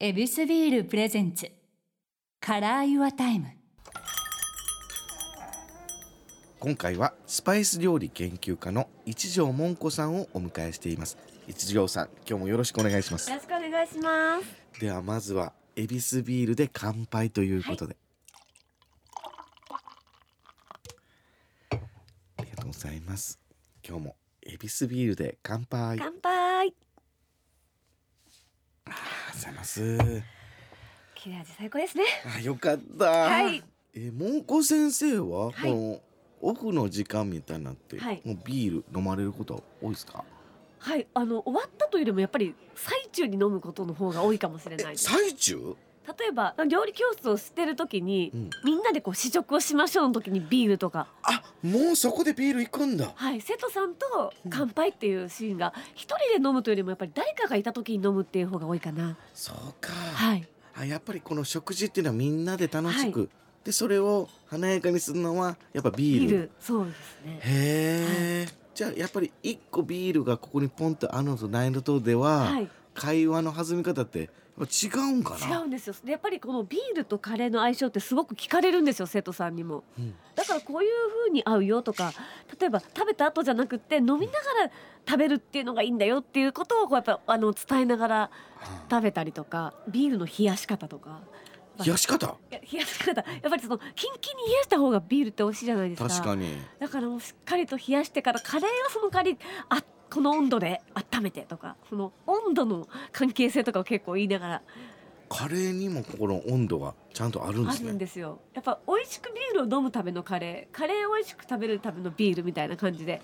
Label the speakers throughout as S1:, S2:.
S1: エビスビールプレゼンツカラーユアタイム
S2: 今回はスパイス料理研究家の一条もんこさんをお迎えしています一条さん今日もよろしくお願いします
S3: よろしくお願いします。
S2: ではまずはエビスビールで乾杯ということで、ありがとうございます今日もエビスビールで乾杯ありがと
S3: 乾杯。
S2: うございます
S3: 切れ味最高ですね。
S2: あよかった、
S3: はい
S2: えもんこ先生は、
S3: はい
S2: このオフの時間みたいになって、
S3: はい
S2: もうビール飲まれることは多いですか
S3: はい、あの終わったというよりもやっぱり最中に飲むことの方が多いかもしれない
S2: え
S3: です。
S2: 最中
S3: 例えば料理教室をしてる時に、
S2: うん
S3: みんなでこう試食をしましょうの時にビールとか、
S2: あもうそこでビール行くんだ
S3: はい、瀬戸さんと乾杯っていうシーンが一人で飲むというよりもやっぱり誰かがいた時に飲むっていう方が多いかな。
S2: そうか、
S3: はい、
S2: あやっぱりこの食事っていうのはみんなで楽しく、でそれを華やかにするのはやっぱビール
S3: ビール、そうですね。
S2: へえ、じゃあやっぱり一個ビールがここにポンとあるのとないのとでは、
S3: はい、
S2: 会話の弾み方ってやっぱ違うんか
S3: 違
S2: な
S3: うんですよ。でやっぱりこのビールとカレーの相性ってすごく聞かれるんですよ、瀬戸さんにも。
S2: うん
S3: だからこういう風に合うよとか例えば食べた後じゃなくって飲みながら食べるっていうのがいいんだよっていうことをこうやっぱあの伝えながら
S2: はあ
S3: 食べたりとかビールの冷やし方とか
S2: 冷やし方
S3: いや冷やし方やっぱりそのキンキンに冷やした方がビールって美味しいじゃないですか
S2: 確かに
S3: だからもうしっかりと冷やしてからカレーはその代わりあこの温度で温めてとかその温度の関係性とかを結構言いながら
S2: カレーにもここの温度がちゃんとあるんで
S3: あ
S2: すね
S3: るんですよやっぱ美味しくビールを飲むためのカレーカレーを美味しく食べるためのビールみたいな感じで
S2: へ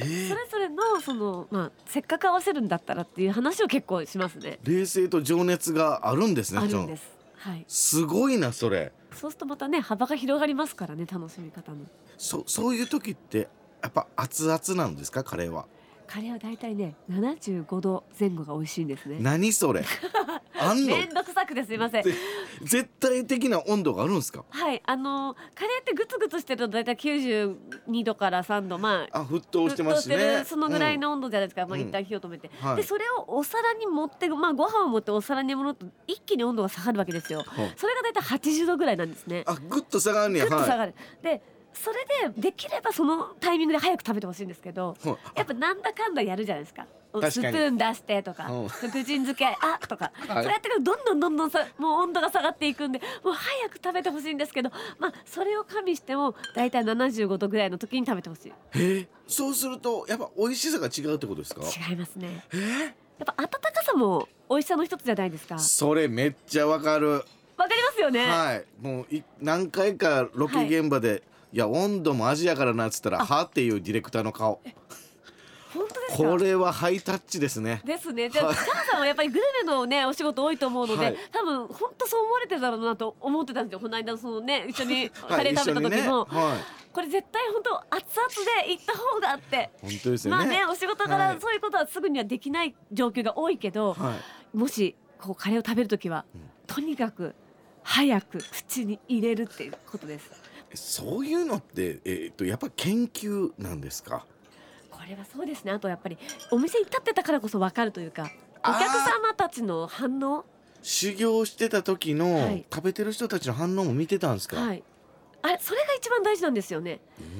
S2: え
S3: それぞれのその、まあ、せっかく合わせるんだったらっていう話を結構しますね。
S2: 冷静と情熱があるんですね
S3: ある
S2: そ
S3: ん
S2: の
S3: です。はい。
S2: すごいなそれ
S3: そうするとまたね幅が広がりますからね楽しみ方の。
S2: そそういう時ってやっぱ熱々なんですかカレーは
S3: カレーはだいたいね75度前後が美味しいんですね。
S2: 何そ れあんの
S3: めんどくさくですいません
S2: ぜ。絶対的な温度があるんですか
S3: はいあのカレーってグツグツしてるとだいたい92度から3度まあ。
S2: あ沸騰してますし
S3: 沸騰して
S2: ね
S3: るそのぐらいの温度じゃないですか、まあ
S2: うん
S3: 一旦火を止めて、
S2: うんはい
S3: でそれをお皿に持ってまあご飯を持ってお皿に盛ると一気に温度が下がるわけですよ
S2: はい
S3: それがだいたい80度ぐらいなんですね
S2: あぐっと下がるん
S3: ぐ
S2: や
S3: っと下
S2: は
S3: がる、でそれでできればそのタイミングで早く食べてほしいんですけど
S2: いはい
S3: やっぱなんだかんだやるじゃないですか
S2: 確かに
S3: スプーン出してとか
S2: うん
S3: 福神漬けあとかそ
S2: はい
S3: れやってくるとどんどんどんどんさもう温度が下がっていくんでもう早く食べてほしいんですけどまあそれを加味しても大体75度ぐらいの時に食べてほしい
S2: へえそうするとやっぱ美味しさが違うってことですか
S3: 違いますね
S2: えー
S3: やっぱ温かさも美味しさの一つじゃないですか
S2: それめっちゃわかる
S3: わかりますよね、
S2: はいもうい何回かロケ現場で、い、や温度もアジやからなっつったら「は」っていうディレクターの顔
S3: 本当ですか
S2: これはハイタッチですね
S3: ですね。じゃ
S2: は
S3: あ、
S2: い
S3: 塚原さんはやっぱりグルメのね、お仕事多いと思うので、
S2: はい
S3: 多分本当そう思われてたろうなと思ってたんですよ。この間、そのね、一緒に
S2: は
S3: カ
S2: い
S3: レー食べた
S2: 一緒に
S3: 時
S2: ね
S3: も、
S2: はい
S3: これ絶対本当熱々で行った方があって。
S2: 本当ですよ
S3: ま
S2: ね
S3: あね、お仕事か
S2: は
S3: ら
S2: い
S3: そういうことはすぐにはできない状況が多いけど、
S2: はい
S3: もしこうカレーを食べる時は、
S2: ん
S3: とにかく早く口に入れるっていうことです。
S2: そういうのって、えーっとやっぱ研究なんですか
S3: これはそうですね。あとやっぱりお店に立ってたからこそわかるというか、お客
S2: あー
S3: 様たちの反応
S2: 修行してた時の、
S3: はい
S2: 食べてる人たちの反応も見てたんですか、
S3: はい。あれそれが一番大事なんですよね、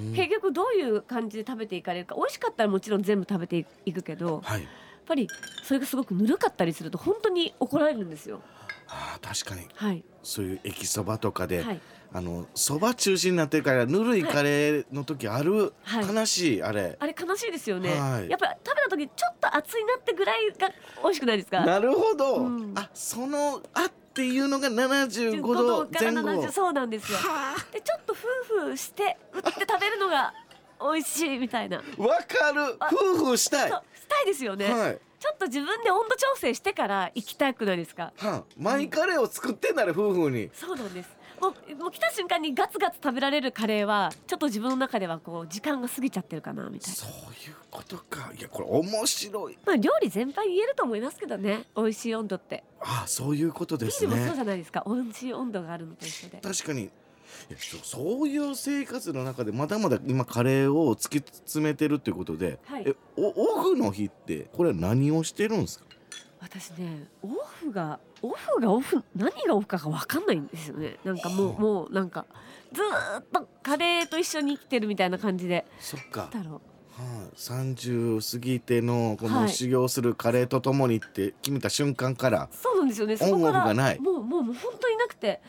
S2: うん
S3: 結局どういう感じで食べていかれるか美味しかったらもちろん全部食べていくけどやっ
S2: はい
S3: ぱりそれがすごくぬるかったりすると本当に怒られるんですよ
S2: あー確かに
S3: はい
S2: そういう駅そばとかで、
S3: はい
S2: あのそば中心になってるからぬるいカレーの時ある、
S3: はい
S2: 悲しいあれ、
S3: あれ悲しいですよね、
S2: はい
S3: やっぱり食べた時ちょっと熱いなってぐらいが美味しくないですか
S2: なるほど、
S3: うん
S2: あそのあっていうのが75
S3: 15
S2: 度
S3: から
S2: 前後
S3: 70そうなんですよ
S2: は
S3: でちょっとフーフーして打って食べるのが美味しいみたいな
S2: あわかる
S3: あ
S2: 夫婦したい
S3: そうしたいですよね、
S2: はい
S3: ちょっと自分で温度調整してから行きたくないですか
S2: はあ、マイカレーを作ってんなら夫婦に、
S3: そうなんです。もう、もう来た瞬間にガツガツ食べられるカレーは、ちょっと自分の中ではこう時間が過ぎちゃってるかなみたいな。
S2: そういうことかいやこれ面白い
S3: まあ料理全般言えると思いますけどね、美味しい温度って。
S2: ああそういうことで
S3: ビ
S2: す
S3: ー
S2: ね
S3: ルもそうじゃないですか、美味しい温度があるのと一緒で。
S2: 確かにいやそそういう生活の中でまだまだ今カレーを突き詰めてるっていうことで、
S3: はい
S2: えおオフの日ってこれは何をしてるんですか
S3: 私ね、オフがオフがオフ何がオフかが分かんないんですよねなんかも
S2: は
S3: う
S2: あ
S3: もうなんかずーっとカレーと一緒に生きてるみたいな感じで
S2: そっか
S3: なんだろ
S2: はい、30過ぎてのこ
S3: は
S2: の
S3: い
S2: 修行するカレーとともにって決めた瞬間から、
S3: うそうなんですよねそ
S2: オン
S3: こ
S2: オ
S3: か
S2: フが
S3: ら
S2: ない
S3: もうもうもう本当になくて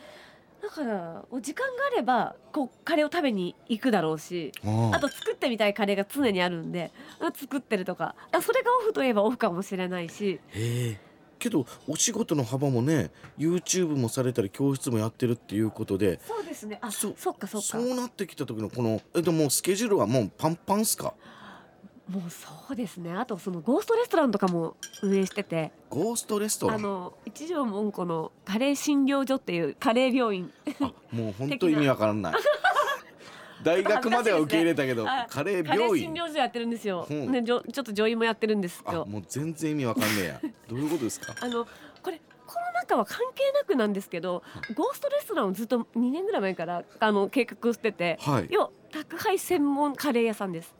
S3: だからお時間があればこうカレーを食べに行くだろうし
S2: うん
S3: あと作ってみたいカレーが常にあるんで作ってるとかあそれがオフといえばオフかもしれないし
S2: へえけどお仕事の幅もね YouTube もされたり教室もやってるっていうことで
S3: そうですねあ
S2: そ
S3: そっかそっか
S2: そうなってきた時のこのえでももうスケジュールはもうパンパンっすか
S3: もうそうですねあとそのゴーストレストランとかも運営してて
S2: ゴーストレストラ
S3: あ
S2: ン
S3: の一条文庫のカレー診療所っていうカレー病院
S2: あもう本当意味わから ない大学までは受け入れたけど、
S3: あ
S2: カレー
S3: カレ
S2: 病
S3: ー診
S2: 院
S3: 療所やってるんですよ、
S2: うん
S3: ね、じょちょっと女医もやってるんです
S2: あ
S3: よ
S2: もう全然意味わかんねえやどういうことですか
S3: あのこれコロナ禍は関係なくなんですけどゴーストレストランをずっと2年ぐらい前からあの計画してて
S2: はい
S3: 要は宅配専門カレー屋さんです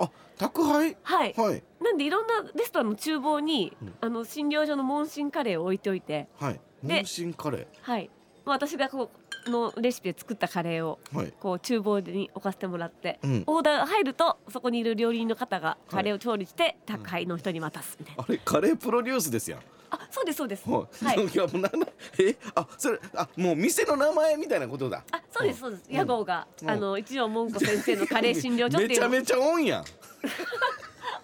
S2: あ宅配
S3: はい
S2: はい
S3: なんでいろんなレストランの厨房に、
S2: うん
S3: あの診療所の問診カレーを置いておいて
S2: はい
S3: で
S2: 問診カレ
S3: はいまあ私がこうのレシピで作ったカレーを
S2: ーはい
S3: こう厨房に置かせてもらって、
S2: うん
S3: オーダーが入るとそこにいる料理人の方がカレーを調理して宅配の人に渡すみたいな、
S2: あれカレープロデュースですやん
S3: あそうですそうですは
S2: はい、
S3: い
S2: いやもうなんなえあそれあもう店の名前みたいなことだ
S3: あそうですそうです
S2: うん
S3: 屋号が、
S2: うん
S3: あの一条文子先生のカレー診療 所って
S2: め
S3: い
S2: ちゃ
S3: うの
S2: めちゃオンやん
S3: あ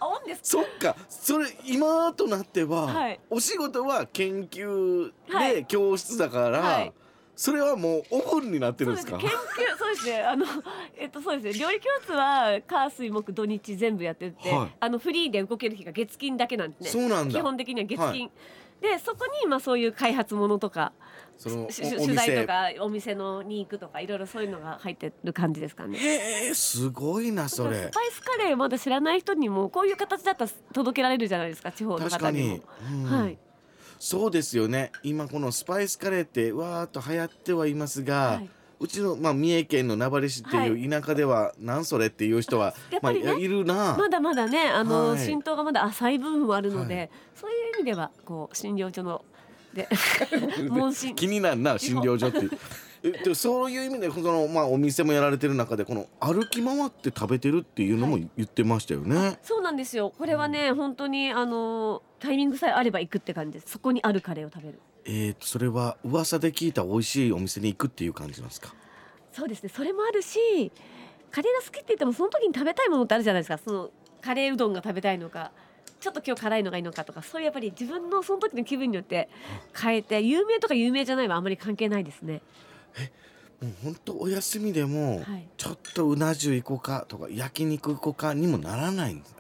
S3: オンです
S2: そっかそれ今となっては、
S3: はい
S2: お仕事は研究
S3: は
S2: で教室だから、
S3: はい
S2: それはもうオフになってる
S3: そ
S2: ん
S3: う
S2: で
S3: ですすね
S2: か
S3: 研究そうですねあのえっとそうですね料理教室は火水木土日全部やってて、
S2: はい
S3: あのフリーで動ける日が月金だけなんですね
S2: そうなんだ
S3: 基本的には月金、
S2: は
S3: でそこにまあそういう開発ものとか
S2: その
S3: し
S2: おお
S3: 取材
S2: 店
S3: とかお店のに行くとかいろいろそういうのが入ってる感じですかね。
S2: へえすごいなそ
S3: ス
S2: れ
S3: パイスカレーまだ知らない人にもこういう形だったら届けられるじゃないですか地方の
S2: 確か
S3: 方にも。
S2: に、うん
S3: はい、
S2: そうですよね今このスパイスカレーってわーっと流行ってはいますが、
S3: はい、
S2: うちの、まあ、三重県の名張市って
S3: はいいう
S2: 田舎では、なんそれっていう人は、
S3: やっ
S2: まあ、
S3: ぱりね
S2: いるな、
S3: まだまだねあの、
S2: はい
S3: 浸透がまだ浅い部分もあるので、
S2: は
S3: そういう意味ではこう診療所の で問診
S2: 気になるな診療所 ってえでもそういう意味でこの、まあ、お店もやられてる中でこの歩き回って食べてるっていうのも
S3: は
S2: 言ってましたよね、
S3: そうなんですよこれはね本当にあのタイミングさえあれば行くって感じですそこにあるカレーを食べる。
S2: えー、とそれは噂で聞いた美味しいお店に行くっていう感じなんですか
S3: そうですねそれもあるしカレーが好きって言ってもその時に食べたいものってあるじゃないですかそのカレーうどんが食べたいのかちょっと今日辛いのがいいのかとかそういうやっぱり自分のその時の気分によって変えて有名とか有名じゃないはあまり関係ないですね。
S2: もう本当お休みでも、
S3: はい、
S2: ちょっとうな重行こうかとか焼肉行こうかにもならないんです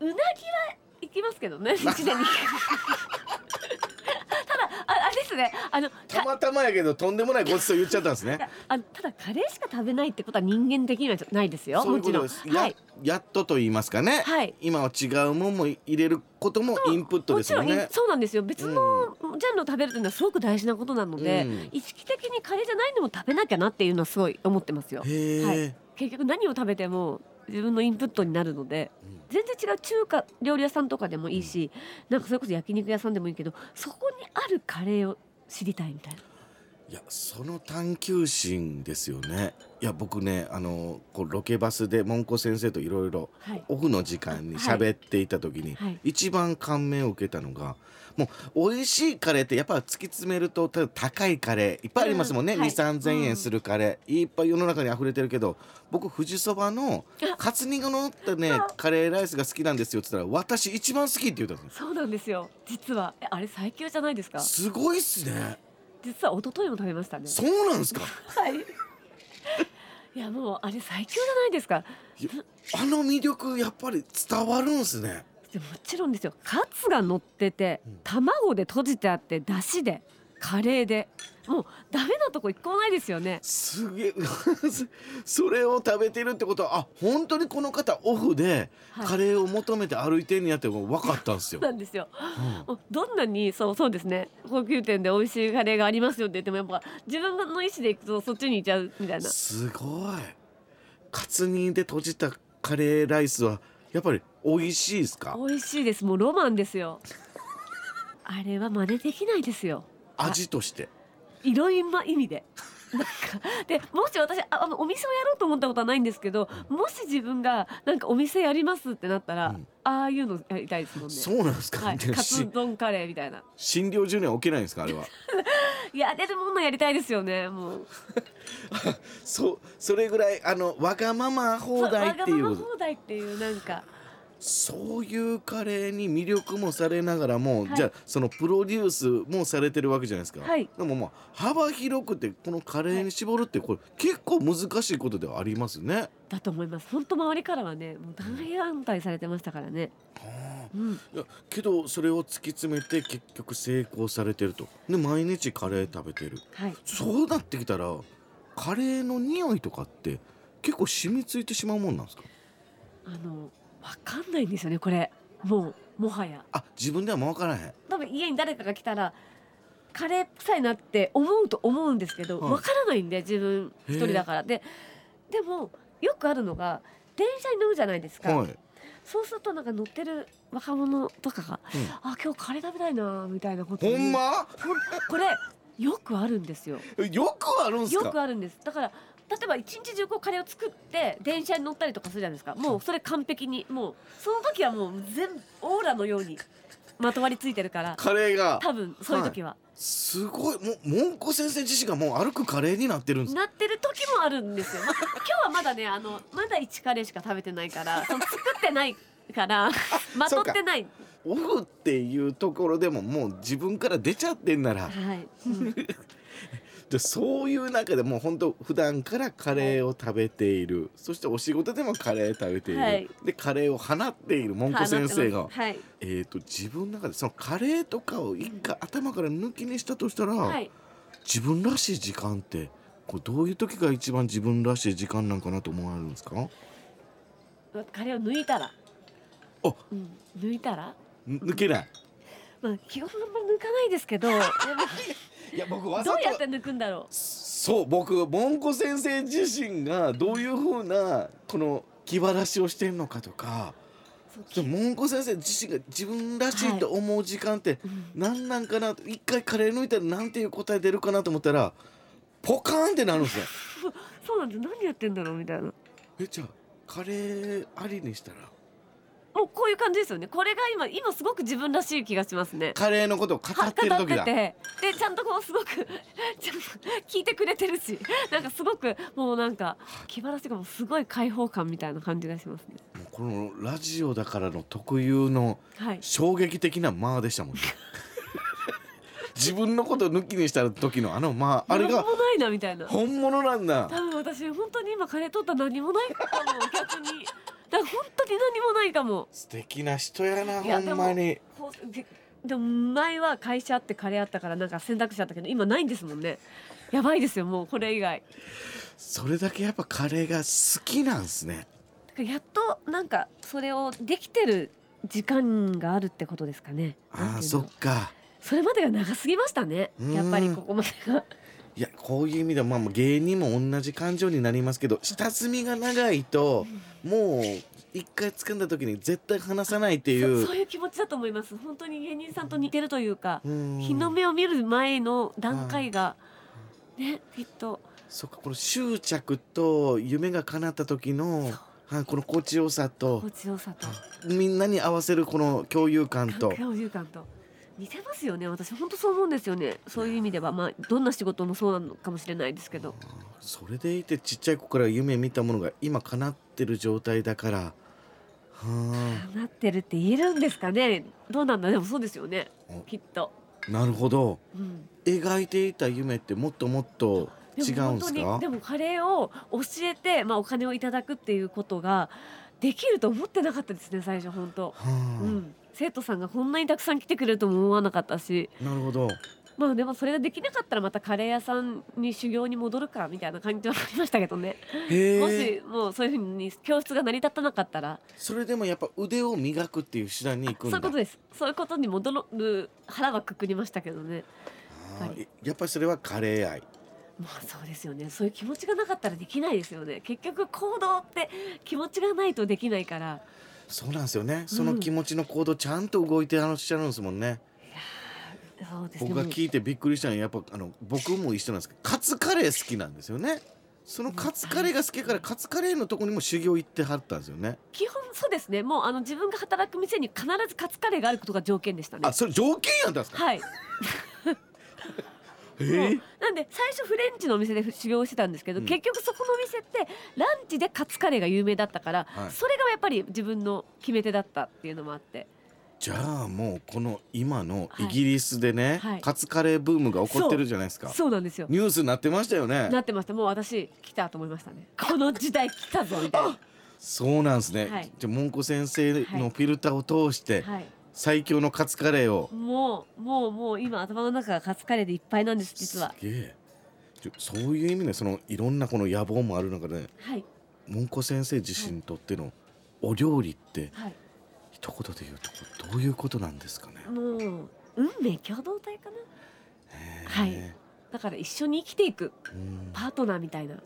S3: うなぎは行きますけど ね一年に。ただああれですねあの
S2: た
S3: か
S2: またまやけどとんでもないごちそう言っちゃったんですね
S3: あのただカレーしか食べないってことは人間的にはちょないですよ
S2: そうい
S3: も
S2: うこ
S3: ち
S2: と
S3: ろん。
S2: ですや,、
S3: はい
S2: やっとと言いますかね、
S3: はい
S2: 今は違うもんも入れることもインプット
S3: も
S2: で
S3: ち
S2: す
S3: ろ
S2: よ
S3: ん
S2: ね
S3: そうなんですよ別のジャンルを食べるというのはすごく大事なことなので、
S2: うん
S3: 意識的にカレーじゃないのも食べなきゃなっていうのはすごい思ってますよ
S2: へえ、
S3: はい結局何を食べても自分のインプットになるので
S2: うん
S3: 全然違う中華料理屋さんとかでもいいし、なんかそれこそ焼肉屋さんでもいいけどそこにあるカレーを知りたいみたいない
S2: やその探求心ですよねいや僕ねあのこうロケバスで文庫先生といろいろ
S3: はい
S2: オフの時間に喋っていた時に、
S3: はい
S2: 一番感銘を受けたのがもう美味しいカレーってやっぱ突き詰めるとただ高いカレーいっぱいありますもんね、
S3: うんはい
S2: 2,3,000円するカレー、いっぱい世の中に溢れてるけど僕富士そばのカツ煮がのったねカレーライスが好きなんですよって言ったら私一番好きって言ったんですよ
S3: そうなんですよ実はえあれ最強じゃないですか
S2: すごいっすね
S3: 実は一昨日も食べましたね
S2: そうなんですか
S3: はい いやもうあれ最強じゃないですか
S2: あの魅力やっぱり伝わるんすね
S3: でもちろんですよカツが乗ってて
S2: うん
S3: 卵で閉じてあってだしでカレーでもうダメなとこ一個もないですよね
S2: すげえ それを食べてるってことはあ本当にこの方オフで
S3: はい
S2: カレーを求めて歩いてんやって分かったん ですよ。
S3: なんですよ
S2: うん
S3: もうどんなにそうそうですね高級店で美味しいカレーがありますよって言ってもやっぱ自分の意思で行くとそっちに行っちゃうみたいな
S2: すごいカツ煮で閉じたカレーライスはやっぱり美味しいですか
S3: 美味しいですもうロマンですよあれは真似できないですよ
S2: 味として
S3: いろいろな意味で。なんかでもし私ああのお店をやろうと思ったことはないんですけどもし自分がなんかお店やりますってなったら、
S2: うん
S3: ああいうのやりたいですもんね。
S2: そうなんですか、
S3: はい、
S2: で
S3: カ
S2: し
S3: ツ丼カレーみたいな。
S2: 診療所には置けないんですかあれはい
S3: や出るもんのやりたいですよねもう。
S2: そそれぐらいあのわがまま放題ってい
S3: わがま
S2: う
S3: ま放題っていうなんか
S2: そういうカレーに魅力もされながらも、
S3: はい
S2: じゃあそのプロデュースもされてるわけじゃないですか、
S3: はい
S2: でもまあ幅広くてこのカレーに絞るってこれ結構難しいことではありますね。
S3: だと思います。本当周りからはねもう大反対されてましたからね。うん、
S2: いやけどそれを突き詰めて結局成功されてるとで毎日カレー食べてる
S3: はい。
S2: そうなってきたらカレーの匂いとかって結構染みついてしまうもんなんですか
S3: あのわかんないんですよねこれもうもはや。
S2: あ自分ではもう分からへん
S3: 多分家に誰かが来たらカレー臭いなって思うと思うんですけど、
S2: はい
S3: わからないんで自分一人だからででもよくあるのが電車に乗るじゃないですか、
S2: はい、うん
S3: そうするとなんか乗ってる若者とかが「あ今日カレー食べたいな」みたいなことを
S2: ほんま
S3: ほんこれよくあるんですよ
S2: よくあるんす
S3: よ
S2: か
S3: くあるんですだから例えば一日中こうカレーを作って電車に乗ったりとかするじゃないですかもうそれ完璧にもうその時はもう全部オーラのようにまとわりついてるから
S2: カレーが
S3: 多分そういう時は、
S2: すごいもう文庫先生自身がもう歩くカレーになってるんです
S3: なってる時もあるんですよ。まあ今日はまだねあのまだ1カレーしか食べてないからその作ってない からまとってない。
S2: オフっていうところでももう自分から出ちゃってんなら
S3: はい。うん
S2: でそういう中でもう本当普段からカレーを食べている、そしてお仕事でもカレー食べている、
S3: はい
S2: でカレーを放っている文庫先生が、
S3: はい。
S2: えー、と自分の中でそのカレーとかを一回頭から抜きにしたとしたら、
S3: はい。
S2: 自分らしい時間ってこうどういう時が一番自分らしい時間なんかなと思われるんですか
S3: カレーを抜いたら。
S2: あ
S3: うん、抜いたら。
S2: ぬ抜けない
S3: まあ基本あんまり抜かないで すけど、でも
S2: いや僕わ
S3: どうやって抜くんだろ
S2: そう僕もんこ先生自身がどういうふうなこの気晴らしをしてるのかとか
S3: う。そう
S2: でももんこ先生自身が自分らしいと思う時間って
S3: うん
S2: 何なんかなと一回カレー抜いたらなんていう答え出るかなと思ったらポカーンってなるんですよ。
S3: そうなんです。何やってんだろうみたいな。
S2: えじゃあカレーありにしたら
S3: もうこういう感じですよね。これが今今すごく自分らしい気がしますね。
S2: カレーのことを語
S3: は
S2: ってる時
S3: 語っ
S2: だ。
S3: ててでちゃんとこうすごく ちゃんと聞いてくれてるしなんかすごくもうなんか気晴らしがもうすごい開放感みたいな感じがしますね
S2: もうこのラジオだからの特有の
S3: はい
S2: 衝撃的な間でしたもんね。自分のこと抜きにした時のあの間あれ
S3: 何
S2: が
S3: もないなみたいな
S2: 本物なんだ
S3: 多分私本当に今カレー取ったら何もないかも逆にだから本当に何もないかも
S2: 素敵な人やない
S3: や
S2: ほんまに
S3: こうででも前は会社あってカレーあったからなんか選択肢あったけど今ないんですもんねやばいですよもうこれ以外
S2: それだけやっぱカレーが好きなんすね
S3: だからやっとなんかそれをできてる時間があるってことですかね
S2: あ
S3: な
S2: あ
S3: んていう
S2: そ
S3: の
S2: っか
S3: それまでが長すぎましたね
S2: うん
S3: やっぱりここまでが
S2: いやこういう意味ではまあまあ芸人も同じ感情になりますけど下積みが長いともう一回掴んだ時に絶対離さないってい
S3: そう そういう気持ちだと思います本当に芸人さんと似てるというか
S2: うん
S3: 日の目を見る前の段階がねきっと
S2: そっかこの執着と夢が叶った時のはいこの心地よさと
S3: 心地よさと
S2: みんなに合わせるこの共有感と
S3: 共有感と似てますよね私本当そう思うんですよねそういう意味ではまあどんな仕事もそうなのかもしれないですけど
S2: それでいてちっちゃい子から夢見たものが今叶ってる状態だからはあ
S3: なってるって言えるんですかねどうなんだでもそうですよね
S2: お
S3: きっと、
S2: なるほど
S3: うん、
S2: 描いていた夢ってもっともっと違うんです
S3: でも本当
S2: か
S3: にでもカレーを教えて、まあ、お金をいただくっていうことができると思ってなかったですね最初本当、うん
S2: は
S3: 生徒さんがこんなにたくさん来てくれるとも思わなかったし
S2: あなるほど
S3: まあ でもそれができなかったらまたカレー屋さんに修行に戻るかみたいな感じはありましたけどね、も
S2: へえ
S3: しもうそういうふうに教室が成り立たなかったら
S2: それでもやっぱ腕を磨くっていう手段に行くん
S3: そうい
S2: だ
S3: うことですそういうことに戻る腹はくくりましたけどね
S2: はあえやっぱりそれはカレー愛
S3: まあそうですよねそういう気持ちがなかったらできないですよね結局行動って気持ちがないとできないから
S2: そうなんですよねその気持ちの行動ちゃんと動いてらっしゃるんですもんね、
S3: いそうですね
S2: 僕が聞いてびっくりしたのはやっぱあの僕も一緒なんですけどカツカレー好きなんですよねそのカツカレーが好きやからカツカレーのとこにも修行行ってはったんですよね
S3: 基本そうですねもうあの自分が働く店に必ずカツカレーがあることが条件でしたね
S2: あそれ条件やったんですか
S3: はい
S2: え
S3: もう
S2: ー、
S3: なんで最初フレンチのお店で修行してたんですけど、
S2: うん
S3: 結局そこの店ってランチでカツカレーが有名だったから、
S2: はい
S3: それがやっぱり自分の決め手だったっていうのもあって
S2: じゃあもうこの今の
S3: はい
S2: イギリスでね、
S3: はい
S2: カツカレーブームが起こってるじゃないですか
S3: そうなんですよ
S2: ニュースになってましたよね
S3: なってましたもう私来たと思いましたねこの時代来たぞみたいな
S2: そうなんですね、
S3: はい
S2: じゃあ文庫先生のフィルターを通して
S3: はい
S2: 最強のカツカレーを
S3: もうもうもう今頭の中がカツカレーでいっぱいなんです実は
S2: すげえちょそういう意味でそのいろんなこの野望もある中で
S3: はい
S2: 文庫先生自身にとってのお料理って
S3: はい
S2: 一言で言うとこうどういうことなんですかね。
S3: もう運命共同体かな
S2: へえ
S3: はいだから一緒に生きていく
S2: うん
S3: パートナーみたいな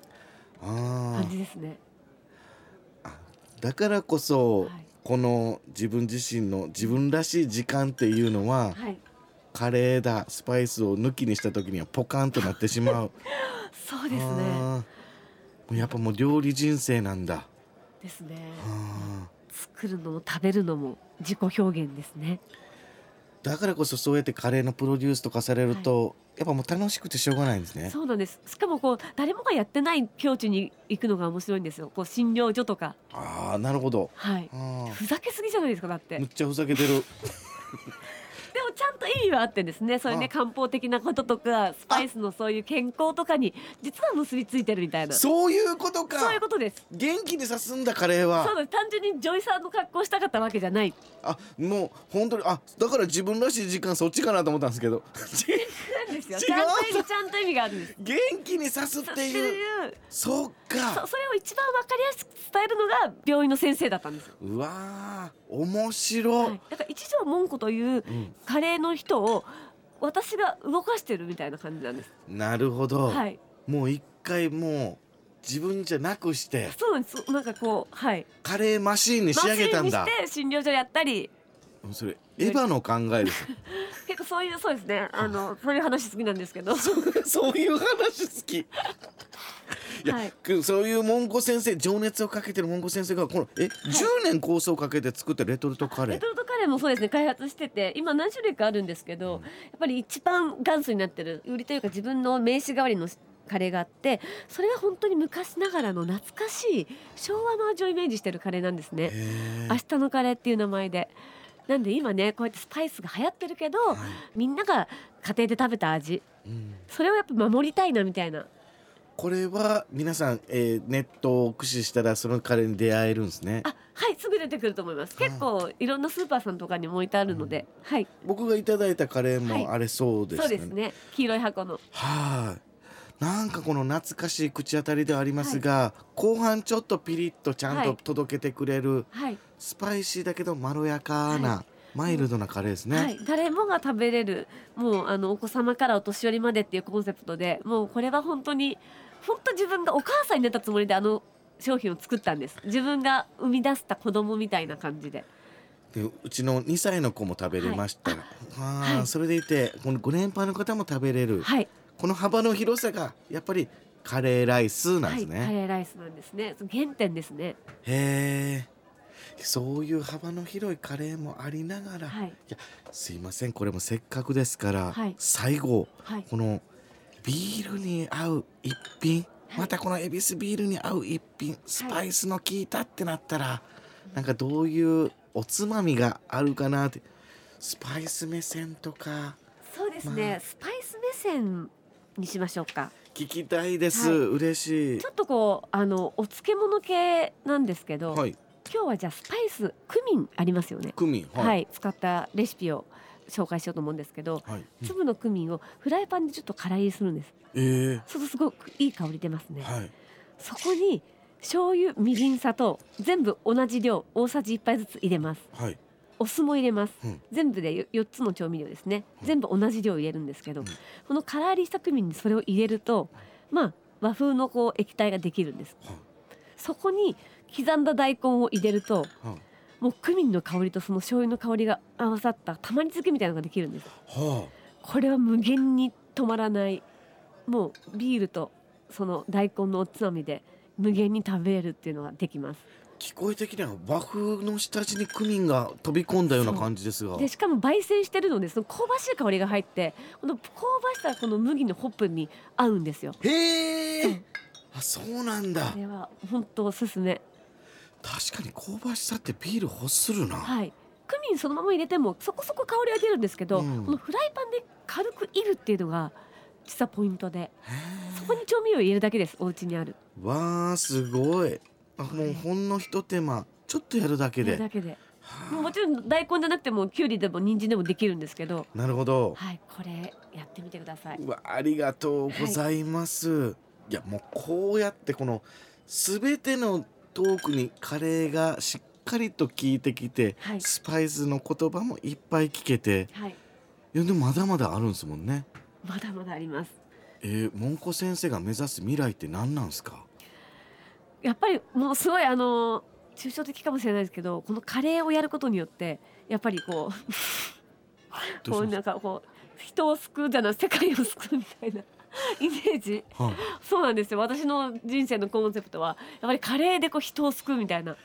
S2: あ
S3: 感じですね
S2: ああだからこそ、
S3: はい
S2: この自分自身の自分らしい時間っていうのは、
S3: はい
S2: カレーだスパイスを抜きにした時にはポカンとなってしまう。
S3: そう です
S2: あ
S3: ね
S2: ーもうやっぱもう料理人生なんだ。
S3: ですね
S2: あー
S3: 作るのも食べるのも自己表現ですね
S2: だからこそそうやってカレーのプロデュースとかされると、やっぱもう楽しくてしょうがないんですね。
S3: そうなんですしかもこう誰もがやってない境地に行くのが面白いんですよこう診療所とか
S2: ああなるほど。
S3: はい
S2: あー
S3: ふざけすぎじゃないですかだって
S2: むっちゃふざけてる。
S3: でもちゃんと意味はあってんですねそういう
S2: あ
S3: ね漢方的なこととかスパイスのそういう健康とかに実は結びついてるみたいなそ
S2: そういうことか。
S3: ういうことです
S2: 元気にさすんだカレーは
S3: そう。なんです単純に女医さんの格好したかったわけじゃない
S2: あもう本当にあだから自分らしい時間そっちかなと思ったんですけ ど。
S3: なんですよ
S2: 違う
S3: ちゃんと意味ちゃんと意味があるんです
S2: 元気にさすっ
S3: そ
S2: ていう。
S3: う
S2: そう
S3: そ
S2: か。
S3: それを一番わかりやすく伝えるのが病院の先生だったんですよ
S2: うわー面白。
S3: はい、だから一条文庫という
S2: うん
S3: カレーの人を私が動かしてるみたいな感じなんです。
S2: なるほど。
S3: はい、
S2: もう一回もう自分じゃなくして
S3: そうなんです。そうなんかこう、はい、
S2: カレーマシーンに仕上げたんだ
S3: 麻酔。にして診療所やったり、
S2: うんそれエヴァの考えです。
S3: 結構そういうそうですね。あのそういう話好きなんですけ ど、
S2: そういう話好き。いや、
S3: はい
S2: くそういう文庫先生情熱をかけてる文庫先生がこのえ、10年構想をかけて作ったレトルトカレ
S3: レ
S2: ー
S3: ト。ルトカレーもそうですね。開発してて、今何種類かあるんですけど、やっぱり一番元祖になってる売りというか自分の名刺代わりのカレーがあって、それが本当に昔ながらの懐かしい昭和の味をイメージしてるカレーなんですね。
S2: へー
S3: 明日のカレーっていう名前でなんで今ねこうやってスパイスが流行ってるけど、みんなが家庭で食べた味
S2: うん
S3: それをやっぱ守りたいなみたいな
S2: これは皆さん、えーネットを駆使したらそのカレーに出会えるんですね。
S3: あはいすぐ出てくると思います結構いろんなスーパーさんとかにも置いてあるので、はい
S2: 僕がいただいたカレー
S3: はい
S2: もあれそうですね。
S3: そうですね黄色い箱の
S2: はい。なんかこの懐かしい口当たりではありますが、後半ちょっとピリッとちゃん
S3: は
S2: と
S3: い
S2: 届けてくれる、
S3: はい、
S2: スパイシーだけどまろやかな、
S3: は
S2: マイルドなカレーですね。
S3: はい、誰もが食べれるもうあのお子様からお年寄りまでっていうコンセプトでもうこれは本当に本当自分がお母さんになったつもりであの商品を作ったんです自分が生み出した子供みたいな感じで
S2: でうちの2歳の子も食べれました、あー
S3: はい
S2: それでいてこのご年配の方も食べれる、
S3: はい
S2: この幅の広さがやっぱりカレーライスなんですね、
S3: はい、カレーライスなんですね。その原点ですね。
S2: へえそういう幅の広いカレーもありながら、
S3: はい
S2: いやすいませんこれもせっかくですから、
S3: はい
S2: 最後
S3: はい。
S2: このビールに合う一品、
S3: はい
S2: またこのエビスビールに合う一品スパイスの効いたってなったら、なんかどういうおつまみがあるかなってスパイス目線とか
S3: そうですね、
S2: まあ
S3: スパイス目線にしましょうか。
S2: 聞きたいです、
S3: はい
S2: 嬉しい
S3: ちょっとこうあのお漬物系なんですけど、
S2: はい
S3: 今日はじゃあスパイスクミンありますよね。
S2: クミン
S3: はい、
S2: はい、
S3: 使ったレシピを紹介しようと思うんですけど、
S2: はい
S3: 粒のクミンをフライパンでちょっとからりするんです。
S2: えー
S3: そうするとすごくいい香り出ますね。
S2: はい
S3: そこに醤油、みりん、砂糖全部同じ量大さじ1杯ずつ入れます。
S2: はい
S3: お酢も入れます、
S2: うん
S3: 全部でよ4つの調味料ですね、
S2: うん
S3: 全部同じ量入れるんですけど、
S2: うん
S3: このからりしたクミンにそれを入れるとまあ和風のこう液体ができるんです
S2: はい
S3: そこに刻んだ大根を入れると
S2: はい
S3: もうクミンの香りとその醤油の香りが合わさったたまり漬けみたいなのができるんです
S2: は
S3: これは無限に止まらないもうビールとその大根のおつまみで無限に食べるっていうのができます
S2: 聞こえてきては和風の下地にクミンが飛び込んだような感じですが
S3: でしかも焙煎してるのでその香ばしい香りが入ってこの香ばしさがこの麦のホップに合うんですよ
S2: へ
S3: う
S2: え
S3: ん
S2: あそうなんだ
S3: これは本当おすすめ
S2: 確かに香ばしさってビール欲するな、
S3: はいクミンそのまま入れてもそこそこ香りは出るんですけ
S2: う
S3: ど、
S2: ん
S3: このフライパンで軽くいるっていうのが実はポイントで
S2: へえ
S3: そこに調味料を入れるだけですお家にある
S2: わあすごいあもうほんのひと手間ちょっとやるだけ
S3: 入れ
S2: で
S3: るだけで
S2: は
S3: もうもちろん大根じゃなくてもきゅうりでも人参でもできるんですけど
S2: あなるほど、
S3: はいこれやってみてくださいう
S2: わありがとうございます、い、やもうこうやってこの全てのトークにカレーがしっかりと効いてきて、
S3: はい
S2: スパイスの言葉もいっぱい聞けて
S3: はい
S2: いやでもまだまだあるんですもんね
S3: まだまだあります
S2: えー、文庫先生が目指す未来って何なんですか
S3: やっぱりもうすごいあの抽象的かもしれないですけどこのカレーをやることによってやっぱりこう
S2: どう
S3: こ
S2: し
S3: う
S2: ま
S3: な
S2: す
S3: んかこう人を救うじゃない世界を救うみたいな イメージ
S2: はい
S3: そうなんですよ私の人生のコンセプトはやっぱりカレーでこう人を救うみたいな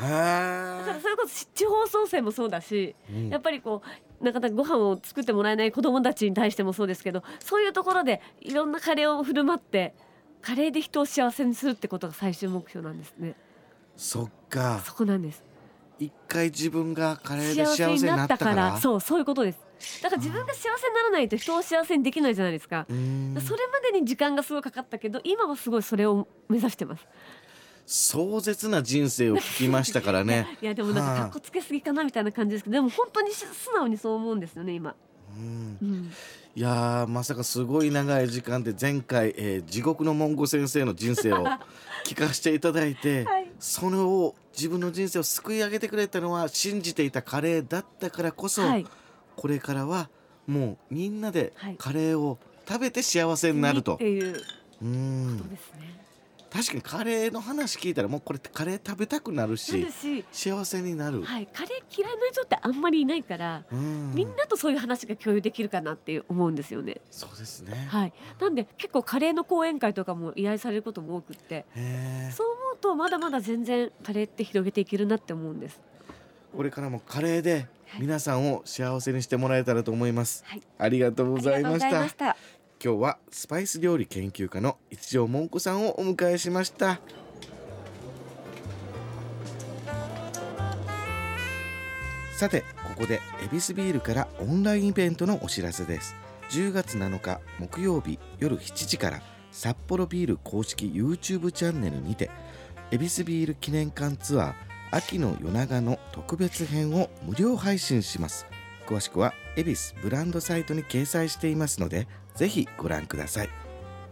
S3: だから
S2: は
S3: それこそ地方創生もそうだし
S2: ーうん
S3: やっぱりこうなかなかご飯を作ってもらえない子どもたちに対してもそうですけどそういうところでいろんなカレーを振る舞ってカレーで人を幸せにするってことが最終目標なんですね
S2: そっか
S3: そこなんです
S2: 一回自分がカレーで
S3: 幸せ
S2: 幸
S3: に
S2: せに
S3: な
S2: な
S3: っ
S2: ったた
S3: か
S2: からら
S3: そうそういうことですだから自分が幸せにならないと人を幸せにできないじゃないですか
S2: うーん
S3: それまでに時間がすごいかかったけど今はすごいそれを目指してます
S2: 壮絶な人生を聞きましたから ね
S3: いやでもなん
S2: は
S3: か
S2: あ
S3: かっこつけすぎかなみたいな感じですけどでも本当にし素直にそう思うんですよね今、
S2: うん
S3: うん、
S2: いやーまさかすごい長い時間で前回、えー地獄の文庫先生の人生を聞かせていただいて、
S3: はい
S2: それを自分の人生を救い上げてくれたのは信じていたカレーだったからこそ、
S3: はい
S2: これからはもうみんなで
S3: はい
S2: カレーを食べて幸せになると、
S3: っていうこ
S2: う
S3: と
S2: ん
S3: ですね、
S2: 確かにカレーの話聞いたらもうこれカレー食べたくなる
S3: な
S2: し
S3: るし
S2: 幸せになる、
S3: はい、カレー嫌いな人ってあんまりいないから、
S2: うん
S3: みんなとそういう話が共有できるかなっていう思うんですよね。
S2: そうですね、
S3: はい、なんで結構カレーの講演会とかも依頼されることも多くって
S2: へー
S3: そう思うとまだまだ全然カレーって広げていけるなって思うんです。
S2: これからもカレーで皆さんを幸せにしてもらえたらと思います、
S3: はい
S2: ありがとうござい
S3: あ
S2: ま
S3: り
S2: し
S3: がと
S2: た
S3: うございました。
S2: 今日はスパイス料理研究家の一条もんこさんをお迎えしましたさてここでエビスビールからオンラインイベントのお知らせです10月7日木曜日夜7時から札幌ビール公式 YouTube チャンネルにてエビスビール記念館ツアー秋の夜長の特別編を無料配信します詳しくは恵比寿ブランドサイトに掲載していますのでぜひご覧ください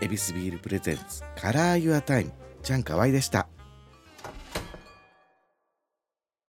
S2: 恵比寿ビールプレゼンツカラーユアタイムちゃんかわいでした